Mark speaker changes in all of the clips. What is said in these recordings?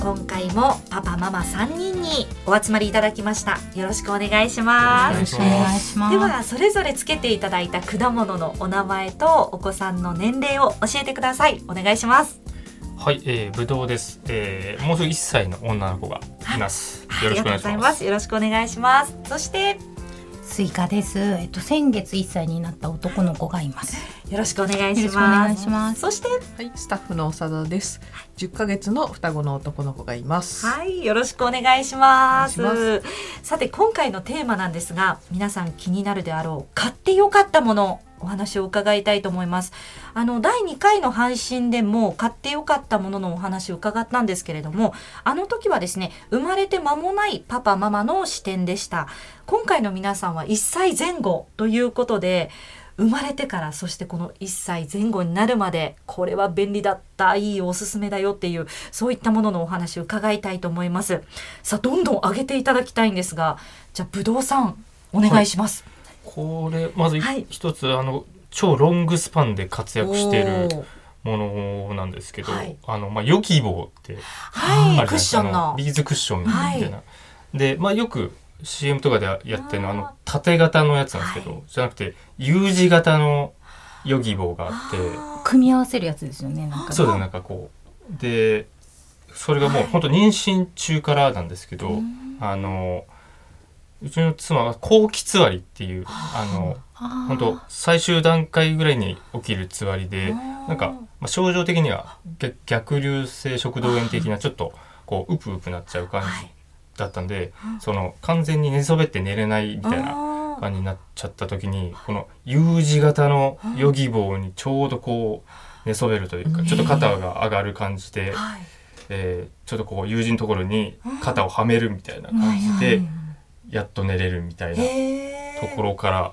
Speaker 1: 今回もパパママ3人にお集まりいただきましたよろしくお願いしま
Speaker 2: よ
Speaker 1: す
Speaker 2: ろしくお願いしま
Speaker 1: で
Speaker 2: す
Speaker 1: はそれぞれつけていただいた果物のお名前とお子さんの年齢を教えてくださいお願いします
Speaker 2: はい、えー、ぶどうです、えー、もうすぐ1歳の女の子がいます、
Speaker 1: あ
Speaker 2: よ
Speaker 1: り
Speaker 2: ろし
Speaker 1: が
Speaker 2: く
Speaker 1: とうござ
Speaker 2: お願いし
Speaker 1: い
Speaker 2: ま
Speaker 1: ますすよろしくお願いしますそして
Speaker 3: スイカです。えっと先月1歳になった男の子がいます。
Speaker 1: よろしくお願い
Speaker 3: よ
Speaker 1: し
Speaker 3: ろしくお願
Speaker 1: ま
Speaker 3: い
Speaker 1: す
Speaker 3: します。
Speaker 1: そして
Speaker 4: はい、スタッフの長田です。10ヶ月の双子の男の子がいます。
Speaker 1: はい、よろしくお願いします。
Speaker 4: お願い
Speaker 1: さて、今回のテーマなんですが、皆さん気になるであろう、買ってよかったもの、お話を伺いたいと思います。あの、第2回の配信でも、買ってよかったもののお話を伺ったんですけれども、あの時はですね、生まれて間もないパパママの視点でした。今回の皆さんは1歳前後ということで、生まれてからそしてこの1歳前後になるまでこれは便利だったいいおすすめだよっていうそういったもののお話を伺いたいと思いますさあどんどん上げていただきたいんですがじゃあぶどうさんお願いします、
Speaker 2: これまずい
Speaker 1: はい
Speaker 2: 一、つあの超ロングスパンで活躍してる
Speaker 1: おー
Speaker 2: ものなんですけど、
Speaker 1: はい
Speaker 2: あのまあヨキボーって
Speaker 1: はい、
Speaker 2: あるじゃない
Speaker 1: クッション
Speaker 2: あ
Speaker 1: の
Speaker 2: ビーズクッションみたいな、でまあよく CM とかでやってるのはあの縦型のやつなんですけど、
Speaker 1: は
Speaker 2: じゃなくて U 字型のヨギボーがあって
Speaker 1: あ
Speaker 3: 組み合わせるやつですよね。なんか
Speaker 2: そうですなんかこうでそれがもう本当妊娠中からなんですけど、
Speaker 1: ー
Speaker 2: あのうちの妻は後期つわりっていうあの本当最終段階ぐらいに起きるつわりで
Speaker 1: あー
Speaker 2: なんか、まあ、症状的には逆逆流性食道炎的なちょっとこううぷうぷなっちゃう感
Speaker 1: は
Speaker 2: じ
Speaker 1: い
Speaker 2: だったんで、その完全に寝そべって寝れないみたいな
Speaker 1: あー
Speaker 2: 感じになっちゃった時にこの U 字型のヨギ棒にちょうどこう寝そべるというかちょっと肩が上がる感じで、
Speaker 1: はい
Speaker 2: えーちょっとこう U 字のところに肩をはめるみたいな感じで。やっと寝れるみたいな
Speaker 1: へー
Speaker 2: ところから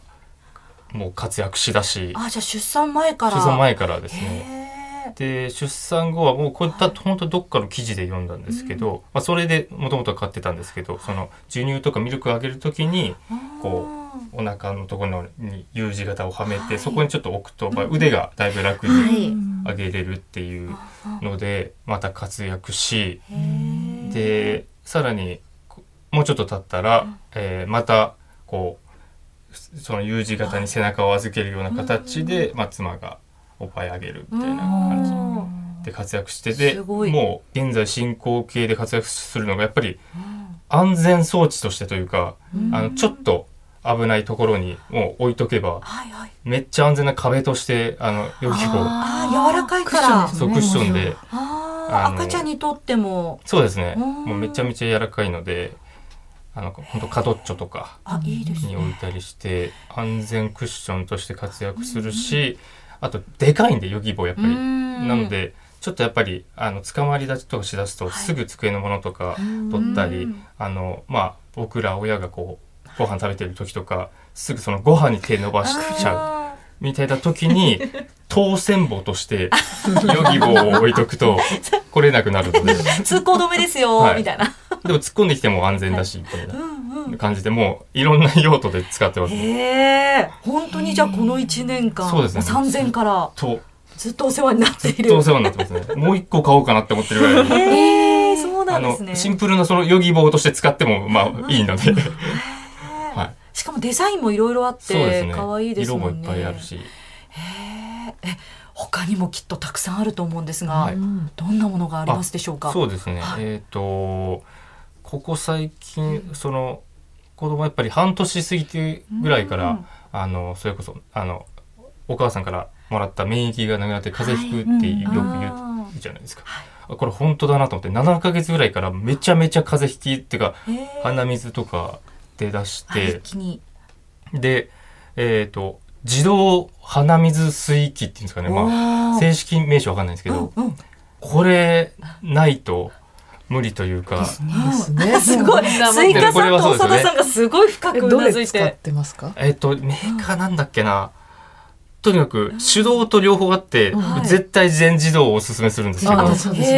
Speaker 2: もう活躍しだし
Speaker 1: あじゃあ出産前から
Speaker 2: 出産前からですね
Speaker 1: へー
Speaker 2: で出産後はもうこういった本当どっかの記事で読んだんですけど、まあ、それでもともと買ってたんですけどその授乳とかミルクあげる時にこうお腹のところに U 字型をはめて、そこにちょっと置くと、まあ、腕がだいぶ楽
Speaker 1: は
Speaker 2: に
Speaker 1: い
Speaker 2: 上げれるっていうのでまた活躍し
Speaker 1: へー
Speaker 2: でさらにこもうちょっと経ったら、えーまたこうすその U 字型に背中を預けるような形で、まあ、妻がおっぱいあげるみたいな感じで活躍してて
Speaker 1: すごい
Speaker 2: もう現在進行形で活躍するのがやっぱり安全装置としてというか、あのちょっと危ないところにもう置いとけば
Speaker 1: はいはい
Speaker 2: めっちゃ安全な壁としてあのよきこ
Speaker 1: あー柔らかいから
Speaker 2: うそうクッションで。
Speaker 1: あ
Speaker 2: あ
Speaker 1: ー
Speaker 2: の
Speaker 1: 赤ちゃんにとっても
Speaker 2: そうですね。
Speaker 1: うん
Speaker 2: もうめちゃめちゃ柔らかいので、あの本当カドッチョとか
Speaker 1: あいいです
Speaker 2: に置いたりして安全クッションとして活躍するし、あとでかいんでヨギボーやっぱり。
Speaker 1: うん
Speaker 2: なのでちょっとやっぱりあの捕まり立ちとかしだすとすぐ机のものとか取ったり、あのまあ僕ら親がこうご飯食べてる時とかすぐそのご飯に手伸ばしちゃう。
Speaker 1: あ
Speaker 2: みたいな 時に当選棒としてヨギ棒を置いとくと 来れなくなるので
Speaker 1: ー通行止めですよ、
Speaker 2: はい
Speaker 1: みたいな
Speaker 2: でも突っ込んできても安全だしみたいな感じでもういろんな用途で使ってます。
Speaker 1: へえ本当にじゃあこの1年間
Speaker 2: そうですね
Speaker 1: 3000から
Speaker 2: と
Speaker 1: ずっとお世話になってい
Speaker 2: ずっと
Speaker 1: る
Speaker 2: お世話になってますね。もう一個買おうかなって思ってるぐらいで。
Speaker 1: へえそうな
Speaker 2: あ
Speaker 1: ん
Speaker 2: の、
Speaker 1: です
Speaker 2: シン
Speaker 1: ね
Speaker 2: プルなそのヨギ棒として使ってもまあいいので。 はい。
Speaker 1: しかもデザインもいろいろあっ
Speaker 2: そうです
Speaker 1: て
Speaker 2: ね。
Speaker 1: 可愛いです
Speaker 2: 色
Speaker 1: も
Speaker 2: もい
Speaker 1: ん
Speaker 2: っ
Speaker 1: ね
Speaker 2: ぱいあるし。
Speaker 1: へーえ他にもきっとたくさんあると思うんですが、
Speaker 2: はい
Speaker 4: うん
Speaker 1: どんなものがありますでしょうか
Speaker 2: そうですね。えっ、とここ最近その子供やっぱり半年過ぎてぐらいから、
Speaker 1: うん
Speaker 2: あのそれこそあのお母さんからもらった免疫がなくなって風邪ひくってよく言う,、
Speaker 1: あー
Speaker 2: じゃないですか。あこれ本当だなと思って7ヶ月ぐらいからめちゃめちゃ風邪ひきっていうか
Speaker 1: へー
Speaker 2: 鼻水とか出だし
Speaker 1: はい
Speaker 2: て
Speaker 1: 一気に
Speaker 2: でえっ、と自動鼻水水器っていうんですかね、ま
Speaker 1: おー
Speaker 2: あ、正式名称わかんないんですけど、
Speaker 1: うんうん
Speaker 2: これないと無理というか
Speaker 4: ですね。
Speaker 1: すごい。スイカさんと長田さんがすごい深く
Speaker 4: え
Speaker 1: う
Speaker 4: ど
Speaker 1: な
Speaker 4: れ
Speaker 1: ずい。
Speaker 4: 使っててますか？
Speaker 2: えっとメーカーなんだっけな、とにかく手動と両方あって、
Speaker 1: はい
Speaker 2: 絶対全自動をおすすめするんですけど、
Speaker 4: あ
Speaker 2: 圧
Speaker 4: そうですね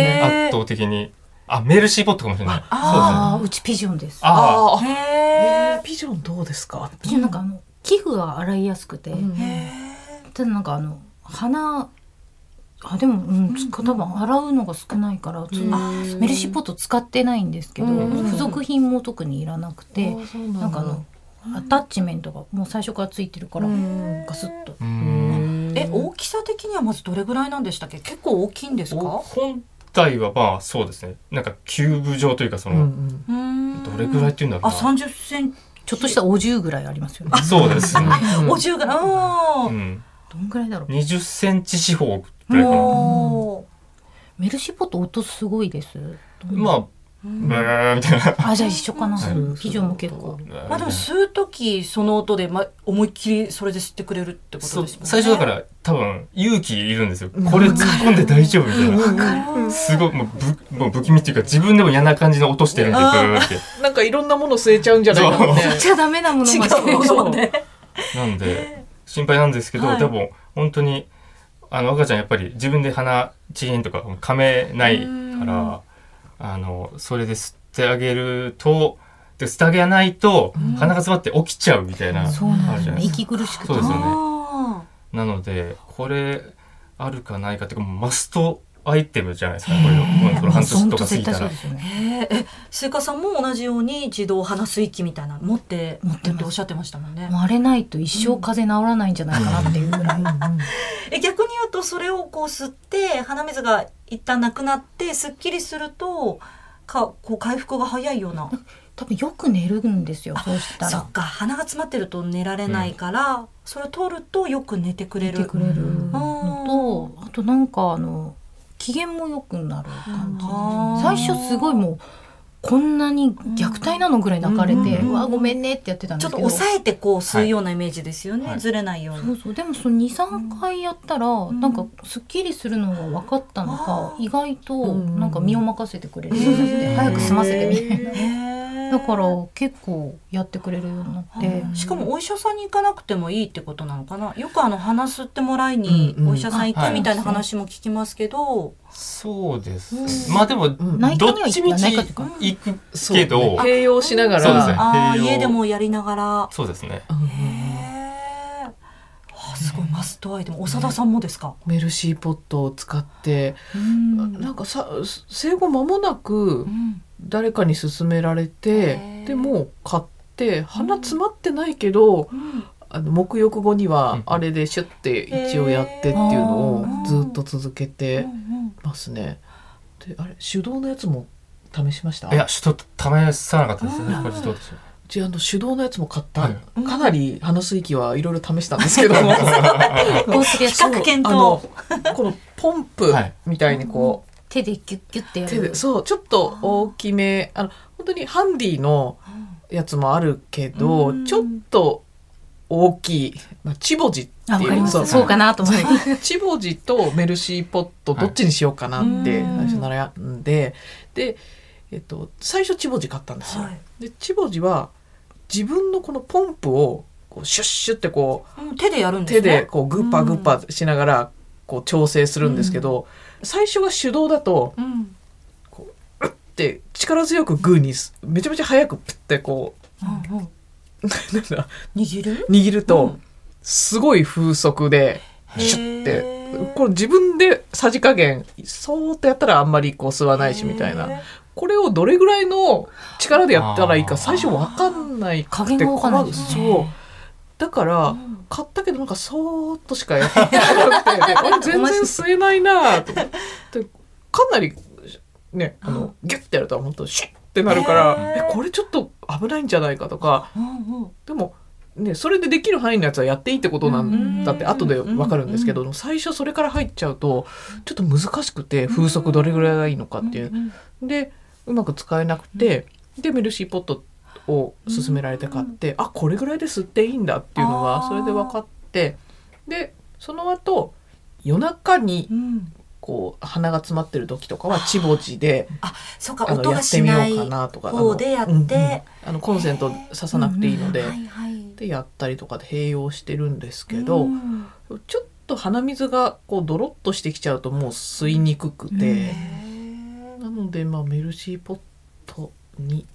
Speaker 1: へー
Speaker 2: 倒的にあメルシーボットかもしれないそうですね
Speaker 3: ああ、うちピジョンです。
Speaker 2: ああ
Speaker 4: あ
Speaker 1: へ
Speaker 4: ー、ピジョンどうですか？
Speaker 3: ピジョンなんかあの皮膚が洗いやすくて、
Speaker 4: うん
Speaker 1: え。
Speaker 3: ただなんかあの鼻あでも、うん、使った分洗うのが少ないから、つ
Speaker 4: うん
Speaker 3: メルシーポット使ってないんですけど、
Speaker 4: うん
Speaker 3: 付属品も特にいらなくて、
Speaker 4: あそうなんだ
Speaker 3: なんかあのアタッチメントがもう最初からついてるから、
Speaker 4: うん
Speaker 3: ガスッと。
Speaker 4: うん
Speaker 1: え大きさ的にはまずどれぐらいなんでしたっけ結構大きいんです
Speaker 2: お
Speaker 1: か
Speaker 2: 本体はまあそうですねなんかキューブ状というかそ
Speaker 4: うんう
Speaker 2: の、
Speaker 4: ん
Speaker 1: うーん
Speaker 2: どれぐらいっていうんだろ
Speaker 1: あ
Speaker 2: うな、
Speaker 1: 30センチ
Speaker 3: ちょっとしたお重ぐらいありますよね。
Speaker 2: そうですね、
Speaker 1: お重ぐらいお
Speaker 2: う
Speaker 1: ー
Speaker 2: ん、
Speaker 3: どんぐらいだろう。
Speaker 2: 20センチ四方ぐらいかな
Speaker 1: お
Speaker 3: メルシーポット音すごいです。
Speaker 1: ー
Speaker 2: まあブーンみたいな
Speaker 3: あ、じゃあ一緒かな
Speaker 4: うん。
Speaker 3: 基準も結構。
Speaker 1: まあでも吸う時その音で、ま、思いっきりそれで吸ってくれるってこと
Speaker 2: そ
Speaker 1: ですもんね
Speaker 2: 最初だから多分勇気いるんですよこれ突っ込んで大丈夫みたいな
Speaker 1: うん
Speaker 2: すごいもうぶもう不気味っていうか自分でも嫌な感じの音してるんでブーンって
Speaker 4: なんかいろんなもの吸えちゃうんじゃないかなって
Speaker 3: 吸っちゃダメなものが
Speaker 1: 違うものをね
Speaker 2: なんで心配なんですけど、
Speaker 1: はい
Speaker 2: でも本当にあの赤ちゃんやっぱり自分で鼻チーンとか噛めないからあのそれで吸ってあげるとで吸ってあげないと鼻が詰まって起きちゃうみたいな、
Speaker 3: そうなん
Speaker 2: あ
Speaker 3: で
Speaker 2: る
Speaker 3: す
Speaker 2: じゃ
Speaker 3: よ
Speaker 2: な
Speaker 3: ね。
Speaker 2: いですか
Speaker 3: 息苦しくて
Speaker 2: そうですよね
Speaker 1: あ
Speaker 2: なのでこれあるかないかっていうかもうマストアイテムじゃないですかこれもうその半年とか過ぎた
Speaker 3: そう
Speaker 2: ら
Speaker 3: ですよ
Speaker 1: ー
Speaker 3: ね。
Speaker 1: へーえスイカさんも同じように自動鼻吸い器みたいなの持って
Speaker 3: 持ってます
Speaker 1: るおっしゃってましたもんね
Speaker 3: もうあれないと一生風邪治らないんじゃないかなっていうぐらい。
Speaker 1: え逆に言うとそれをこう吸って鼻水が一旦なくなってすっきりするとかこう回復が早いような
Speaker 3: 多分よく寝るんですよ。そうした
Speaker 1: そ
Speaker 3: ら
Speaker 1: っ。か鼻が詰まってると寝られないから、それを取るとよく寝てくれ
Speaker 3: 寝
Speaker 1: る
Speaker 3: てくれるの
Speaker 1: の
Speaker 3: と、あとなんかあの機嫌も良くなる感じ。
Speaker 1: あー
Speaker 3: 最初すごいもうこんなに虐待なのぐらい泣かれて、
Speaker 2: うん
Speaker 3: うわごめんねってやってたんで
Speaker 1: ちょっ
Speaker 3: す
Speaker 1: と
Speaker 3: けど
Speaker 1: 抑えてこう吸うようなイメージですよね、
Speaker 2: はい
Speaker 1: ずれないように、
Speaker 3: そうそうでもその23回やったら、
Speaker 1: ん
Speaker 3: なんかすっきりするのが分かったのか、
Speaker 1: あ
Speaker 3: 意外と
Speaker 4: うん
Speaker 3: なんか身を任せてくれる、
Speaker 1: へー
Speaker 3: 早く済ませてね、
Speaker 1: へー
Speaker 3: だから結構やってくれるようになって、
Speaker 1: うんしかもお医者さんに行かなくてもいいってことなのかなよくあの鼻吸ってもらいに
Speaker 4: うんうん
Speaker 1: お医者さん行くみたいな話も聞きますけど、
Speaker 2: そうですね、
Speaker 1: うん
Speaker 2: まあでも
Speaker 4: うん
Speaker 3: 内
Speaker 2: ど
Speaker 3: 科
Speaker 2: っ
Speaker 3: には
Speaker 2: ち
Speaker 3: 行
Speaker 2: み
Speaker 3: かない
Speaker 2: ち
Speaker 3: かとか、
Speaker 2: 行くけど、
Speaker 4: そうね併用しなが
Speaker 2: そうですね
Speaker 4: ら
Speaker 1: ああ
Speaker 2: 併用
Speaker 1: 家でもやりながら
Speaker 2: そうですね
Speaker 4: うん
Speaker 1: へえあすごいマストアイテム長田さんもですか、
Speaker 4: メルシーポットを使って
Speaker 1: うん
Speaker 4: なんかさ生後間もなく
Speaker 1: うん
Speaker 4: 誰かに勧められ
Speaker 1: へ
Speaker 4: て
Speaker 1: ー
Speaker 4: でもう買って鼻詰まってないけど
Speaker 1: うん
Speaker 4: あの沐浴後に
Speaker 2: うん
Speaker 4: はあれでシュッて一応やってっていうのをずっと続け
Speaker 1: うん
Speaker 4: て
Speaker 1: うん
Speaker 4: ますね。であれ手動のやつも試しました
Speaker 2: いやちょっと試さなかったですね
Speaker 1: うん
Speaker 2: これちょっとですよ
Speaker 4: うちあの手動のやつも買った、
Speaker 2: はい
Speaker 4: かなり鼻水器はいろいろ試したんです けども
Speaker 3: こうするや
Speaker 1: 比
Speaker 3: つ
Speaker 1: 較検討
Speaker 4: あのこのポンプ
Speaker 2: はい
Speaker 4: みたいにこう、
Speaker 3: 手でキュッキュッてや
Speaker 4: 手で
Speaker 3: る
Speaker 4: そうちょっと大きめあの本当にハンディのやつもあるけど、
Speaker 1: うん
Speaker 4: ちょっと大きい、まあ、チボジって
Speaker 3: あわか
Speaker 4: い
Speaker 3: り
Speaker 4: う
Speaker 3: ま
Speaker 4: そ
Speaker 3: す
Speaker 4: う
Speaker 3: そうかなと思って
Speaker 4: チボジとメルシーポットどっちにしようかなって
Speaker 1: はい
Speaker 4: 最初悩んで、で、えっと、最初チボジ買ったんですよ。
Speaker 1: はい
Speaker 4: でチボジは自分のこのポンプをこうシュッシュッってこ
Speaker 1: うん手でやるん
Speaker 4: う
Speaker 1: ですね
Speaker 4: 手でこうグッパグッパしながらこう調整するんですけど、最初が手動だと
Speaker 1: うん
Speaker 4: で力強くグーにすめちゃめちゃ速くプッてこ
Speaker 1: うんうん
Speaker 4: う なんだ
Speaker 1: 握る
Speaker 4: 握る
Speaker 1: う
Speaker 4: と
Speaker 1: ん
Speaker 4: すごい風速でシュッ
Speaker 1: へ
Speaker 4: て。
Speaker 1: ー
Speaker 4: これ自分でさじ加減そーっとやったらあんまりこう吸わないしみたいな
Speaker 1: へ
Speaker 4: これをどれぐらいの力でやったらいいか最初わかんない
Speaker 3: 加減がわかんないですね
Speaker 4: そうだから、
Speaker 1: ーうん
Speaker 4: 買ったけどなんかそーっとしかやってなくてで あれ全然吸えないなと思ってかなりねあのギュッてやると本当シュッてなるから、
Speaker 1: へー
Speaker 4: えこれちょっと危ないんじゃないかとか
Speaker 1: うんうん
Speaker 4: でも、ね、それでできる範囲のやつはやっていいってことな
Speaker 1: うんん
Speaker 4: だって後でわかるんですけど、最初それから入っちゃうとちょっと難しくて風速どれぐらいがいいのかっていう。
Speaker 1: んん
Speaker 4: でうまく使えなくて、でメルシーポットを勧められて買って、あこれぐらいで吸っていいんだっていうの
Speaker 1: あ
Speaker 4: が
Speaker 1: ー
Speaker 4: それで分かってでその後夜中に
Speaker 1: うん
Speaker 4: こう鼻が詰まってる時とかはチボジで
Speaker 1: そうか
Speaker 4: あの
Speaker 1: 音
Speaker 4: や
Speaker 1: が
Speaker 4: って
Speaker 1: し
Speaker 4: みよ
Speaker 1: ないう
Speaker 4: かなとかあ
Speaker 1: 方
Speaker 4: の
Speaker 1: でやって
Speaker 4: うんうんあのコンセント刺さなくていいので,、
Speaker 1: いはい
Speaker 4: でやったりとかで併用してるんですけ
Speaker 1: う
Speaker 4: ど、
Speaker 1: ん
Speaker 4: ちょっと鼻水がこうドロッとしてきちゃうともう吸いにくくて、なのでまあメルシーポットに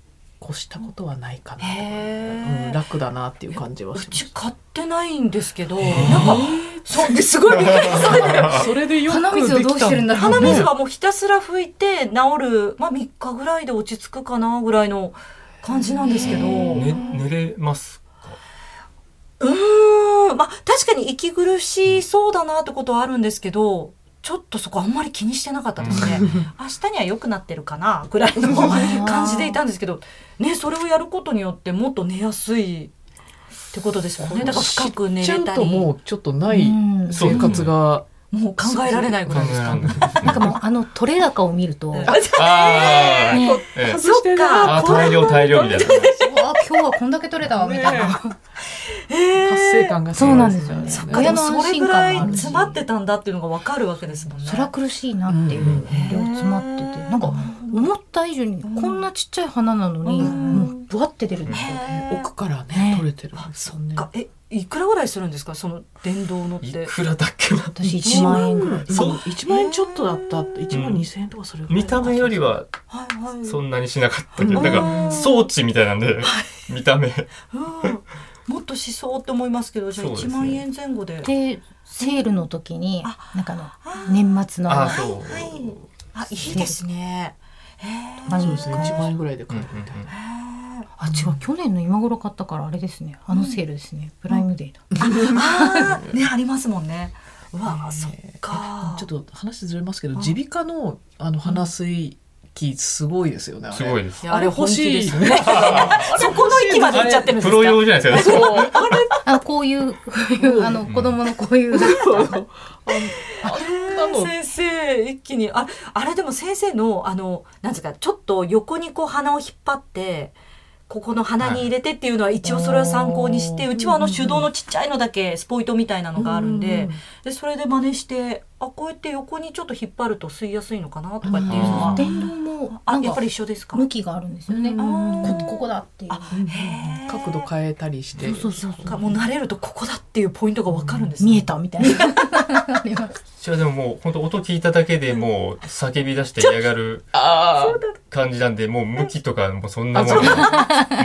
Speaker 4: 越したことはないかな
Speaker 1: へ
Speaker 4: うん、
Speaker 1: え
Speaker 4: 楽だなっていう感じは
Speaker 1: う
Speaker 4: しま
Speaker 1: ち
Speaker 4: す。
Speaker 1: 買ってないんですけどなんかそうですごいびっくりしたんだよ
Speaker 4: それでよくでき
Speaker 3: 鼻
Speaker 4: た
Speaker 3: 水をどうしてるんだろう
Speaker 1: 鼻水はもうひたすら拭いて治る、まあ、3日ぐらいで落ち着くかなぐらいの感じなんですけど、
Speaker 2: ね、寝れますか
Speaker 1: うーんまあ確かに息苦しそうだなってことはあるんですけどちょっとそこあんまり気にしてなかったですね明日には良くなってるかなぐらいの感じでいたんですけど、ね、それをやることによってもっと寝やすいってことですよねだから深く寝れ
Speaker 4: ちゃう
Speaker 1: た
Speaker 4: と
Speaker 1: りも
Speaker 4: もうちょっとない生活が
Speaker 1: う考えられないぐらいですか。
Speaker 2: 考えられない
Speaker 3: なんかもうあの取れ高を見ると、
Speaker 1: うん
Speaker 3: ね、
Speaker 2: あー、
Speaker 3: ね
Speaker 2: ええ
Speaker 1: そっか
Speaker 2: あー大量大量みたいな。
Speaker 3: あ今日はこんだけ取れたわみたいな、
Speaker 1: え
Speaker 4: 達成感が
Speaker 3: そうなんですよね
Speaker 4: そ
Speaker 1: そ
Speaker 4: っ
Speaker 1: っ
Speaker 4: か
Speaker 1: か
Speaker 3: 親
Speaker 1: で
Speaker 3: の
Speaker 1: もそ
Speaker 3: 安
Speaker 1: れ
Speaker 3: 心
Speaker 1: ぐ
Speaker 3: 感
Speaker 1: らい
Speaker 3: もあるし
Speaker 1: 詰まってたんだっていうのがわかるわけですもんね。
Speaker 3: そら苦しいなっていう量詰まってて、
Speaker 1: うん
Speaker 3: なんか思った以上にこんなちっちゃい花なのに、
Speaker 1: うん
Speaker 3: もうぶわって出るんですよ、
Speaker 1: へー
Speaker 4: 奥からね
Speaker 3: ね
Speaker 4: 取れてるんですよね
Speaker 1: かえいくらぐらいするんですかその電動のっ
Speaker 2: い
Speaker 1: て。
Speaker 2: くらだっけな。
Speaker 3: 私1万円ぐらい
Speaker 4: そう
Speaker 2: あ
Speaker 4: 1万円ちょっとだった1万2000円とかそれぐらい
Speaker 2: 見た目よりは
Speaker 1: はいはい。
Speaker 2: そ
Speaker 1: うん
Speaker 2: なにしなかったけど、
Speaker 3: うん
Speaker 2: なんか装置みたいなんで、見た目。
Speaker 1: んもっとしそうって思いますけどじゃあ
Speaker 2: そうです
Speaker 1: 1
Speaker 2: ね
Speaker 1: 万円前後で。
Speaker 3: でセールの時に
Speaker 1: あ
Speaker 3: なんかあ
Speaker 1: あ
Speaker 3: の年末の
Speaker 2: あー、
Speaker 3: 花
Speaker 2: そう。
Speaker 1: はいはいあいいですね。へえ
Speaker 3: まあ
Speaker 4: そうですね1万円ぐらいで
Speaker 2: うん
Speaker 4: 買
Speaker 2: う
Speaker 4: え
Speaker 2: ん
Speaker 4: るみたいな
Speaker 3: あ違う去年の今頃買ったからあれですねあのセールですね、プライムデーだ、
Speaker 1: ああねありますもんね。うわあそっか。
Speaker 4: ちょっと話ずれますけど耳鼻科のあの鼻水器すごいですよね
Speaker 2: う
Speaker 4: あ
Speaker 2: ん。
Speaker 4: れ
Speaker 2: すごいです。
Speaker 4: やあれ欲し
Speaker 1: で
Speaker 4: い
Speaker 1: すね。そこの域まで行っちゃってるんです
Speaker 2: プ
Speaker 1: か。
Speaker 2: ロ用じゃないです か。
Speaker 4: そうあれ
Speaker 3: あこういうこういうあの
Speaker 2: うん
Speaker 3: 子供のこういう、
Speaker 4: あの
Speaker 1: 先生一気にああれでも先生のあのなんですかちょっと横にこう鼻を引っ張ってここの鼻に入れてっていうのは一応それは参考にして、
Speaker 4: おー
Speaker 1: うちはあの手動のちっちゃいのだけスポイトみたいなのがあるんで,、
Speaker 4: うん
Speaker 1: でそれで真似してあこうやって横にちょっと引っ張ると吸いやすいのかなとかっていうの
Speaker 3: あ
Speaker 1: は
Speaker 4: ん、
Speaker 3: 電動も
Speaker 1: あ
Speaker 3: なん
Speaker 1: やっ
Speaker 3: か
Speaker 1: ぱり一緒ですか
Speaker 3: 向きがあるんですよね、
Speaker 4: うん
Speaker 3: こここだっていう
Speaker 1: あへー
Speaker 4: 角度変えたりして
Speaker 3: そうそうそう
Speaker 1: かもう慣れるとここだっていうポイントがわかるんですね、
Speaker 3: 見えたみたいなあります
Speaker 2: じゃあでももう本当音聞いただけでもう叫び出して嫌がる
Speaker 4: ああ
Speaker 2: 感じなんで、もう向きとかもうそんなもんで、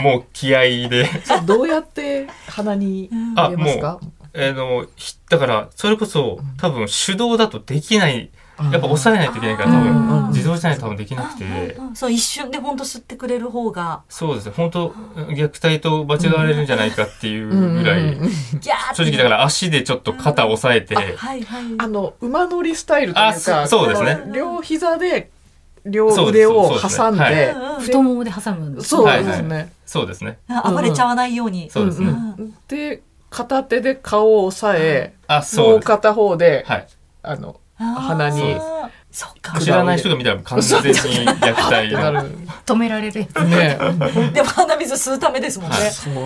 Speaker 2: もう気合 で。
Speaker 4: そうどうやって鼻に入れますか
Speaker 2: あの、ひだから、それこそ多分手動だとできない、やっぱ抑えないといけないから多分、
Speaker 4: うん
Speaker 2: 自動じゃないと多分できなくて
Speaker 1: うん、うんうんそう一瞬で本当吸ってくれる方が
Speaker 2: そうですね、本当虐待と間違われるんじゃないかっていうぐら
Speaker 4: うんうんう
Speaker 2: い、
Speaker 4: ん
Speaker 1: ギャーって
Speaker 2: 正直だから足でちょっと肩押さえて、
Speaker 1: あはいはい
Speaker 4: あの馬乗りスタイルというか
Speaker 2: あそうそうですね
Speaker 4: この両膝で両腕を挟ん
Speaker 2: そう
Speaker 4: で
Speaker 1: うんうんうん
Speaker 3: 太ももで挟むんです
Speaker 4: そう
Speaker 3: よ
Speaker 4: です
Speaker 2: はい
Speaker 4: ね
Speaker 2: そうですね、
Speaker 1: あ暴れちゃわないように。
Speaker 2: そうですね。
Speaker 1: ん
Speaker 4: で片手で顔を押さえ
Speaker 2: あ、
Speaker 4: も
Speaker 2: そう
Speaker 4: う
Speaker 2: です。
Speaker 4: 片方で
Speaker 2: はい。
Speaker 4: あの
Speaker 1: あー
Speaker 4: 鼻に。
Speaker 1: そっか。
Speaker 2: 知らない人が見たら完全に虐
Speaker 4: っ
Speaker 2: 待
Speaker 4: てな
Speaker 2: の。
Speaker 4: る
Speaker 3: 止められるやつ
Speaker 4: ね
Speaker 1: でも鼻水吸うためですもんね。
Speaker 2: はい
Speaker 4: そう
Speaker 1: へえ。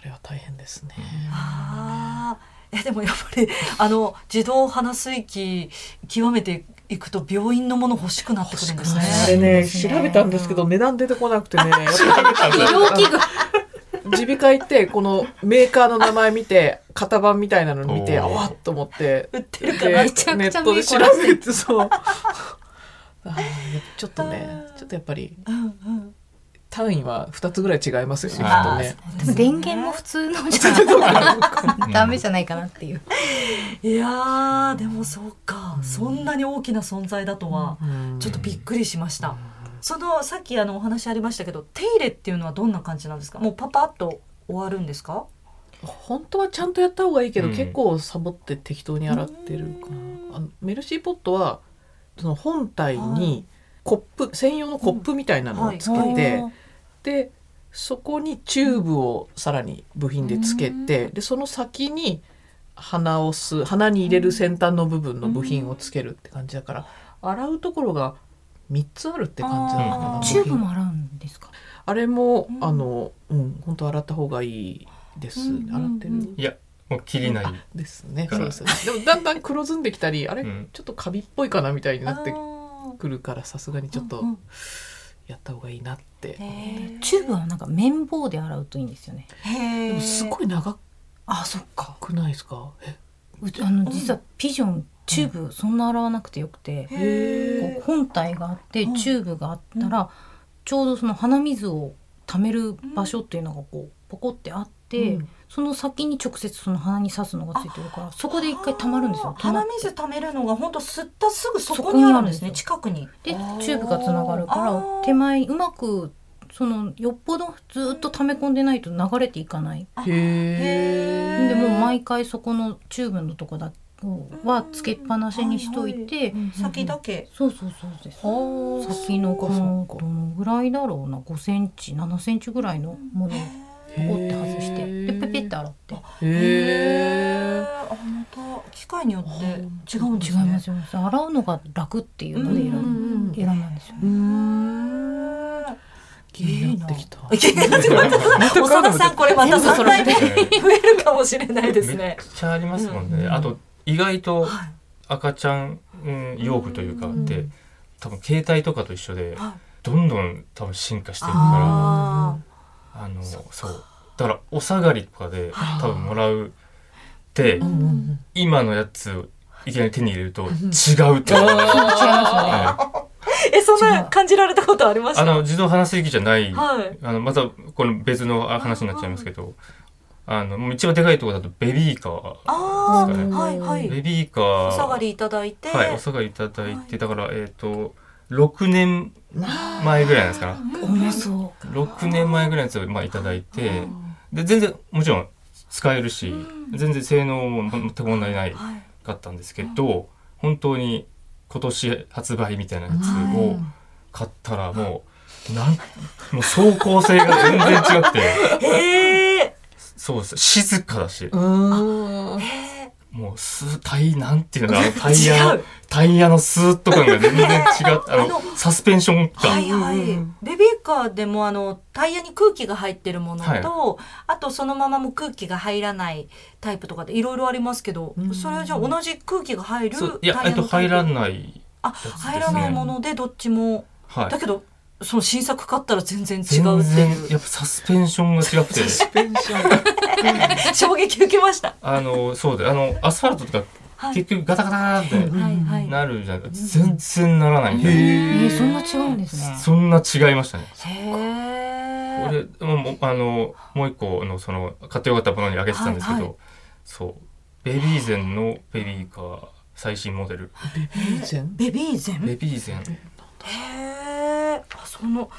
Speaker 4: あれは大変ですね
Speaker 1: あーいやでもやっぱりあの自動鼻水器極めていくと病院のもの欲しくなってくるんですね。
Speaker 4: あれね調べたんですけど値段出てこなくてねやっぱり
Speaker 3: 医療器具
Speaker 4: 耳鼻科行ってこのメーカーの名前見て型番みたいなの見て
Speaker 2: おー
Speaker 4: あわっと思って
Speaker 1: 売ってるか
Speaker 4: で
Speaker 1: ら
Speaker 4: ネ
Speaker 3: めちゃくちゃ
Speaker 4: ットで調べ てそうあーちょっとねちょっとやっぱり
Speaker 1: うんうん
Speaker 4: 単位は2つぐらい違いますよねきっと
Speaker 1: あー
Speaker 4: ね
Speaker 1: そう
Speaker 3: ですも
Speaker 1: ね
Speaker 3: 電源も普通のじゃないダメじゃないかなっていう、
Speaker 1: いやーでもそうか、そんなに大きな存在だとは、
Speaker 4: うん
Speaker 1: ちょっとびっくりしました。そのさっきあのお話ありましたけど手入れっていうのはどんな感じなんですかもうパパッと終わるんですか
Speaker 4: 本当はちゃんとやった方がいいけど、
Speaker 2: うん
Speaker 4: 結構サボって適当に洗ってるかなあのメルシーポットはその本体にコップ、専用のコップみたいなのをつけて、
Speaker 1: はい
Speaker 4: でそこにチューブをさらに部品でつけて、でその先に鼻を吸う鼻に入れる先端の部分の部品をつけるって感じだから、洗うところが3つあるって感じなのか
Speaker 1: あ
Speaker 4: な
Speaker 1: ー
Speaker 3: チューブ
Speaker 4: 部品
Speaker 3: も洗うんですか
Speaker 4: あれも、
Speaker 1: うん
Speaker 4: あのうん本当洗った方がいいです、
Speaker 1: うん
Speaker 4: 洗ってる。
Speaker 1: うんうん
Speaker 2: いや、もう切りない。
Speaker 4: ですね。
Speaker 2: か
Speaker 4: そうで
Speaker 2: ら
Speaker 4: すね。でもだんだん黒ずんできたり、あれ、
Speaker 2: うん
Speaker 4: ちょっとカビっぽいかなみたいになって
Speaker 1: あー
Speaker 4: くるから、さすがにちょっと
Speaker 1: うんうん
Speaker 4: やった方がいいなって。
Speaker 1: へ
Speaker 3: チューブはなんか綿棒で洗うといいんですよね
Speaker 1: え
Speaker 4: でもすごい長
Speaker 3: あそっか
Speaker 4: くないですか？え
Speaker 3: うちあの実はピジョンチューブそんな洗わなくてよくて、こう本体があって
Speaker 1: うん
Speaker 3: チューブがあったら、ちょうどその鼻水を溜める場所っていうのがこうポコってあって、
Speaker 4: うん
Speaker 3: その先に直接その鼻に刺すのがついてるからそこで一回溜まるんですよ。溜まっ
Speaker 1: 鼻水溜めるのが本当吸ったすぐそこにあるんですね
Speaker 3: そ
Speaker 1: 近くに。
Speaker 3: で
Speaker 4: あー
Speaker 3: チューブがつながるか
Speaker 1: あ
Speaker 3: ら
Speaker 1: ー
Speaker 3: 手前うまくそのよっぽどずーっと溜め込んでないと流れていかない。
Speaker 1: あ
Speaker 4: へ
Speaker 1: へー
Speaker 4: え
Speaker 3: でもう毎回そこのチューブのとこだはつけっぱなしにしといて、
Speaker 1: 先だけ。
Speaker 3: そうそうそうです。
Speaker 4: は
Speaker 3: 先のこの
Speaker 4: そっかそっ
Speaker 3: どのぐらいだろうな5センチ7センチぐらいのものをポコって外し
Speaker 4: へ
Speaker 3: て
Speaker 4: ー
Speaker 3: でペペって洗って
Speaker 4: へえ
Speaker 1: あまた機械によって違うんで
Speaker 3: 違
Speaker 1: す
Speaker 3: い
Speaker 1: ね。
Speaker 3: ますよ洗うのが楽っていうので選
Speaker 1: うんん
Speaker 3: 選んだんですよね
Speaker 4: うーん
Speaker 1: うん
Speaker 4: 気になってきた
Speaker 1: いけないってこと 長田さんこれまた
Speaker 3: 全部
Speaker 1: 3
Speaker 3: 揃え
Speaker 1: 回
Speaker 3: て
Speaker 1: 目増えるかもしれないです
Speaker 2: めっ
Speaker 1: ね。
Speaker 2: ちゃありますもんね、
Speaker 4: うん
Speaker 2: あと意外と
Speaker 1: はい
Speaker 2: 赤ちゃんうん用具というか
Speaker 4: うん
Speaker 2: で、多分携帯とかと一緒で
Speaker 1: はい
Speaker 2: どんどん多分進化してるから
Speaker 1: あ
Speaker 2: あのそうだからお下がりとかで
Speaker 4: はい
Speaker 2: 多分もらうって
Speaker 1: うん
Speaker 2: 今のやつをいきなり手に入れると違
Speaker 4: ん
Speaker 2: うって思う
Speaker 3: 違いますよね
Speaker 2: は
Speaker 1: ーえそんな感じられたことありま
Speaker 2: い
Speaker 1: した。
Speaker 2: あ
Speaker 1: は
Speaker 2: の自動話すぎじゃない、
Speaker 1: い。
Speaker 2: あのまたこの別のあ話になっちゃいますけどあのもう一番でかいところだとベビーカー
Speaker 1: あ
Speaker 2: ですか
Speaker 1: ー
Speaker 2: ね
Speaker 1: はいはい。
Speaker 2: ベビーカー
Speaker 1: お下がりいただいて。
Speaker 2: はいお下がりいただいて、
Speaker 1: はい
Speaker 2: だからえっ、と6年前ぐらいなんですかな
Speaker 3: 重そう
Speaker 2: 6年前ぐらいのやつをまあいただいてで全然もちろん使えるし、全然性能も全く問題ない
Speaker 1: はい
Speaker 2: かったんですけど本当に今年発売みたいなやつを買ったらもうなんもう走行性が全然違くて
Speaker 1: へえ。
Speaker 2: そうです静かだし
Speaker 4: うーん
Speaker 2: もうスータイなんていうのあのタ イ
Speaker 1: 違
Speaker 2: ヤ
Speaker 1: う。
Speaker 2: タイヤのスーッと 感が全然違うあ
Speaker 1: あ
Speaker 2: の
Speaker 1: の
Speaker 2: サスペンション感、
Speaker 1: はいはい
Speaker 4: うんうんうん。
Speaker 1: ベビーカーでもあのタイヤに空気が入ってるものと、あとそのままも空気が入らないタイプとかでいろいろありますけど、
Speaker 4: うん
Speaker 1: それはじゃあ同じ空気が入る
Speaker 2: そういや
Speaker 1: タイ
Speaker 2: え
Speaker 1: ヤ
Speaker 2: っと
Speaker 1: のタイ
Speaker 2: 入
Speaker 1: プ
Speaker 2: らない
Speaker 1: あ、入らないものでどっちも。
Speaker 2: はい
Speaker 1: だけど、その新作買ったら全然違
Speaker 2: 全
Speaker 1: うって
Speaker 2: 然
Speaker 1: いう。
Speaker 2: やっぱサスペンションが違くて
Speaker 4: ペンショ ン
Speaker 1: 衝撃受けました。
Speaker 2: あのそうであのアスファルトとか
Speaker 1: はい
Speaker 2: 結局ガタガタガタって
Speaker 1: はいはい。
Speaker 2: なるじゃないですか全然ならないんで、
Speaker 3: えーそんな違うんですね
Speaker 2: そんな違いましたね。
Speaker 1: へえ。
Speaker 2: 俺もうあのもう一個のその買ってよかったものにあげてたんですけど、
Speaker 1: はいは
Speaker 2: そうベビーゼンのベビーカー最新モデル
Speaker 4: 以前
Speaker 1: ベビーゼン。
Speaker 2: ベビーゼン
Speaker 1: へえ。あ、その。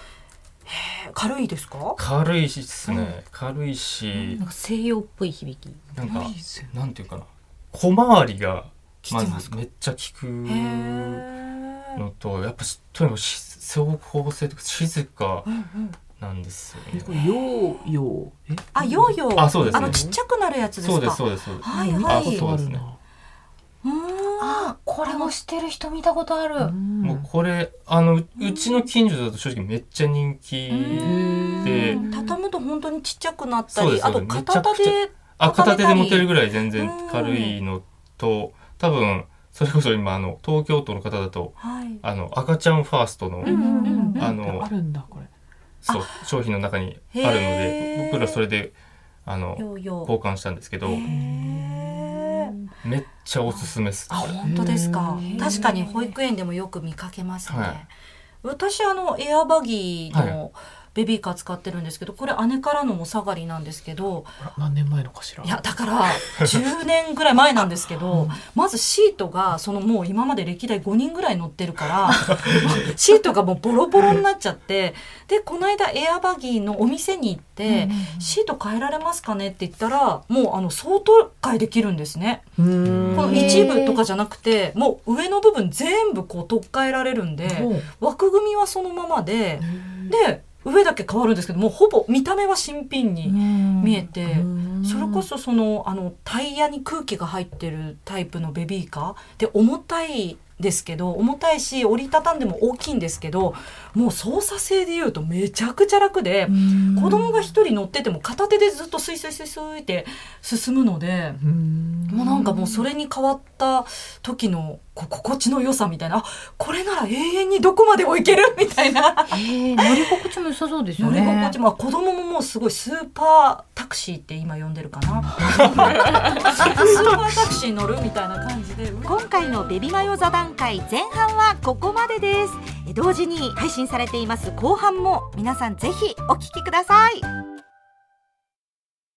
Speaker 1: へえ、軽いですか。
Speaker 2: 軽いしですね、軽いし
Speaker 3: なんか西洋っぽい響き
Speaker 2: なんか
Speaker 4: 以前
Speaker 2: なんていうかな小回りがま
Speaker 1: きてます
Speaker 2: ずめっちゃ効く
Speaker 1: へえ。
Speaker 2: のとやっぱしとにかくし走行性とか静か
Speaker 1: うんうん。
Speaker 2: なんです
Speaker 4: え
Speaker 2: よ
Speaker 4: こ
Speaker 2: ね。
Speaker 4: れヨーヨーえ
Speaker 1: あ、ヨーヨー。
Speaker 2: あそうですね
Speaker 1: あのちっちゃくなるやつですか。
Speaker 2: そうですそうですそうです。
Speaker 1: はい
Speaker 2: あ
Speaker 1: はい。
Speaker 2: そうですね。
Speaker 1: うーん
Speaker 3: あこれをしてる人見たことある
Speaker 2: もうこれあのううちの近所だと正直めっちゃ人気で
Speaker 1: うん畳むと本当にちっちゃくなった
Speaker 2: そうで
Speaker 1: り、
Speaker 2: す
Speaker 1: あと
Speaker 2: そうです
Speaker 1: 片手で。
Speaker 2: あ片手で
Speaker 1: 畳めたり
Speaker 2: 持てるぐらい全然軽いのと多分それこそ今あの東京都の方だと
Speaker 1: はい。
Speaker 2: あの赤ちゃんファーストの
Speaker 1: うんうんうん
Speaker 2: あの
Speaker 4: あるんだこれ
Speaker 2: そう商品の中にあるの
Speaker 1: へ
Speaker 2: で
Speaker 1: ー
Speaker 2: 僕らそれであの
Speaker 1: ヨーヨー。
Speaker 2: 交換したんですけど
Speaker 1: へー
Speaker 2: めっちゃおすすめです。
Speaker 1: あ本当ですか
Speaker 4: へー
Speaker 1: 確かに保育園でもよく見かけますね、
Speaker 2: はい
Speaker 1: 私あのエアバギー
Speaker 2: は
Speaker 1: のベビーカー使ってるんですけどこれ姉からのお下がりなんですけど
Speaker 4: あら何年前のかしら
Speaker 1: いやだから10年ぐらい前なんですけどまずシートがそのもう今まで歴代5人ぐらい乗ってるから シートがもうボロボロになっちゃってでこの間エアバギーのお店に行って「シート変えられますかね?」って言ったらもうあの相当変えできるんですね。
Speaker 4: うーん
Speaker 1: この一部とかじゃなくてもう上の部分全部こう取っ替えられるんで
Speaker 4: ほう
Speaker 1: 枠組みはそのままでで上だけ変わるんですけどもうほぼ見た目は新品に見
Speaker 3: 見
Speaker 1: えて
Speaker 4: うん
Speaker 1: それこそそのあのタイヤに空気が入ってるタイプのベビーカーで重たいですけど重たいし折りたたんでも大きいんですけどもう操作性でいうとめちゃくちゃ楽で子供が一人乗ってても片手でずっとスイスイスイスイって進むので。
Speaker 4: うーん
Speaker 1: もうなんかもうそれに変わった時のこう心地の良さみたいなあこれなら永遠にどこまでも行けるみたいな
Speaker 3: えー乗り心地も良さそうですよ
Speaker 1: 乗り
Speaker 3: ね
Speaker 1: 心地も、まあ子供ももうすごいスーパータクシーって今呼んでるか なスーパータクシーに乗るみたいな感じで
Speaker 5: 今回のベビマヨ座談会前半はここまでです同時に配信されています後半も皆さんぜひお聞きください